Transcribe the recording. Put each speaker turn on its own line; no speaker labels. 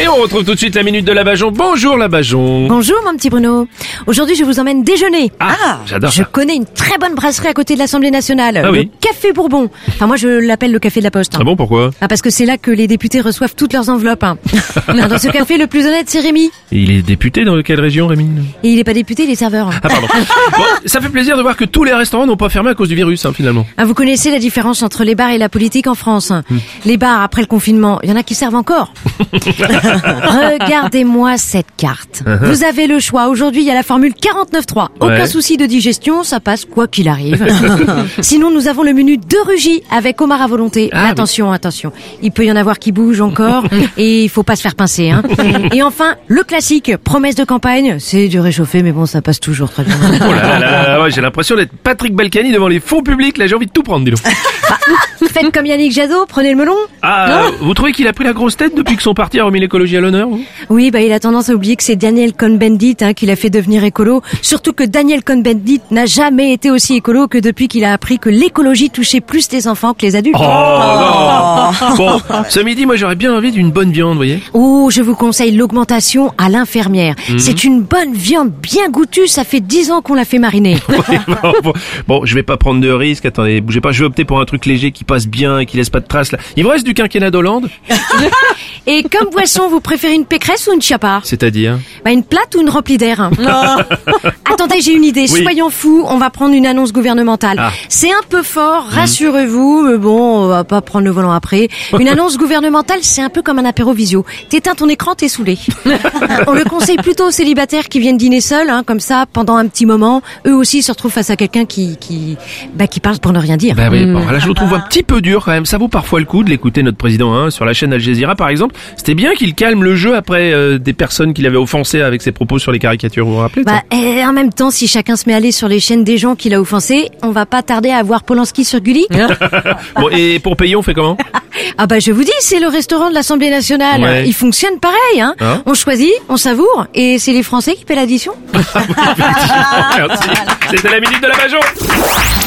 Et on retrouve tout de suite la minute de la Bajon. Bonjour la Bajon.
Bonjour mon petit Bruno. Aujourd'hui je vous emmène déjeuner.
Ah, j'adore
Je
ça.
connais une très bonne brasserie à côté de l'Assemblée nationale.
Ah
le
oui.
Café Bourbon. Enfin moi je l'appelle le café de la Poste. hein.
Ah bon pourquoi
Ah, parce que c'est là que les députés reçoivent toutes leurs enveloppes. hein. Non, Dans ce café le plus honnête c'est Rémi.
Il est député dans quelle région Rémi
Et il n'est pas député, il est serveur.
Ah pardon. bon, ça fait plaisir de voir que tous les restaurants n'ont pas fermé à cause du virus hein, finalement.
Ah, vous connaissez la différence entre les bars et la politique en France. hein.
Hmm.
Les bars après le confinement, il y en a qui servent encore. Regardez-moi cette carte. Vous avez le choix. Aujourd'hui, il y a la formule 49.3. Aucun
Uh-huh. Ouais.
souci de digestion, ça passe quoi qu'il arrive. Sinon, nous avons le menu de Rugy avec homard à volonté.
Ah,
Mais attention, attention. Il peut y en avoir qui bougent encore et il faut pas se faire pincer. hein. et enfin, le classique, promesse de campagne. C'est du réchauffé, mais bon, ça passe toujours très bien.
Oh là là là là, ouais, j'ai l'impression d'être Patrick Balkany devant les fonds publics. Là j'ai envie de tout prendre dis donc.
Faites comme Yannick Jadot, prenez le melon.
Ah, vous trouvez qu'il a pris la grosse tête depuis que son parti a remis l'écologie à l'honneur vous
Oui, bah, il a tendance à oublier que c'est Daniel Cohn-Bendit hein, qui l'a fait devenir écolo. Surtout que Daniel Cohn-Bendit n'a jamais été aussi écolo que depuis qu'il a appris que l'écologie touchait plus les enfants que les adultes.
Oh, non. Bon, ce midi moi j'aurais bien envie d'une bonne viande, vous voyez.
Oh, je vous conseille l'augmentation à l'infirmière.
Mhm.
C'est une bonne viande bien goûtue, ça fait dix ans qu'on l'a fait mariner.
Oui, bon, bon, bon, je vais pas prendre de risques. Attendez, bougez pas. Je vais opter pour un truc léger qui passe bien et qui laisse pas de traces. Là. Il vous reste du quinquennat d'Hollande,
Et comme boisson, vous préférez une pécresse ou une chapard
c'est-à-dire.
bah, Une plate ou une remplie d'air hein Attendez, j'ai une idée.
Oui.
Soyons fous, on va prendre une annonce gouvernementale.
Ah. Hmm.
C'est un peu fort, rassurez-vous, mais bon, on va pas prendre le volant après. Une annonce gouvernementale, c'est un peu comme un apéro visio. T'éteins ton écran, t'es saoulé. on le conseille plutôt aux célibataires qui viennent dîner seuls, hein, comme ça, pendant un petit moment. Eux aussi se retrouvent face à quelqu'un qui, qui, bah, qui parle pour ne rien dire.
Bah oui, bon, là je le trouve un petit peu dur quand même. Ça vaut parfois le coup de l'écouter notre président hein, sur la chaîne Al Jazeera par exemple. C'était bien qu'il calme le jeu après euh, des personnes qu'il avait offensées avec ses propos sur les caricatures. Vous vous rappelez de
Bah, et en même temps, si chacun se met à aller sur les chaînes des gens qu'il a offensés, on va pas tarder à voir Polanski sur Gulli.
ça Bon, et pour payer on fait comment
Ah bah je vous dis, c'est le restaurant de l'Assemblée nationale.
Ouais.
Il fonctionne pareil. Hein.
Hein
on choisit, on savoure, et c'est les Français qui paient l'addition.
Merci. C'était la minute de la Bajon.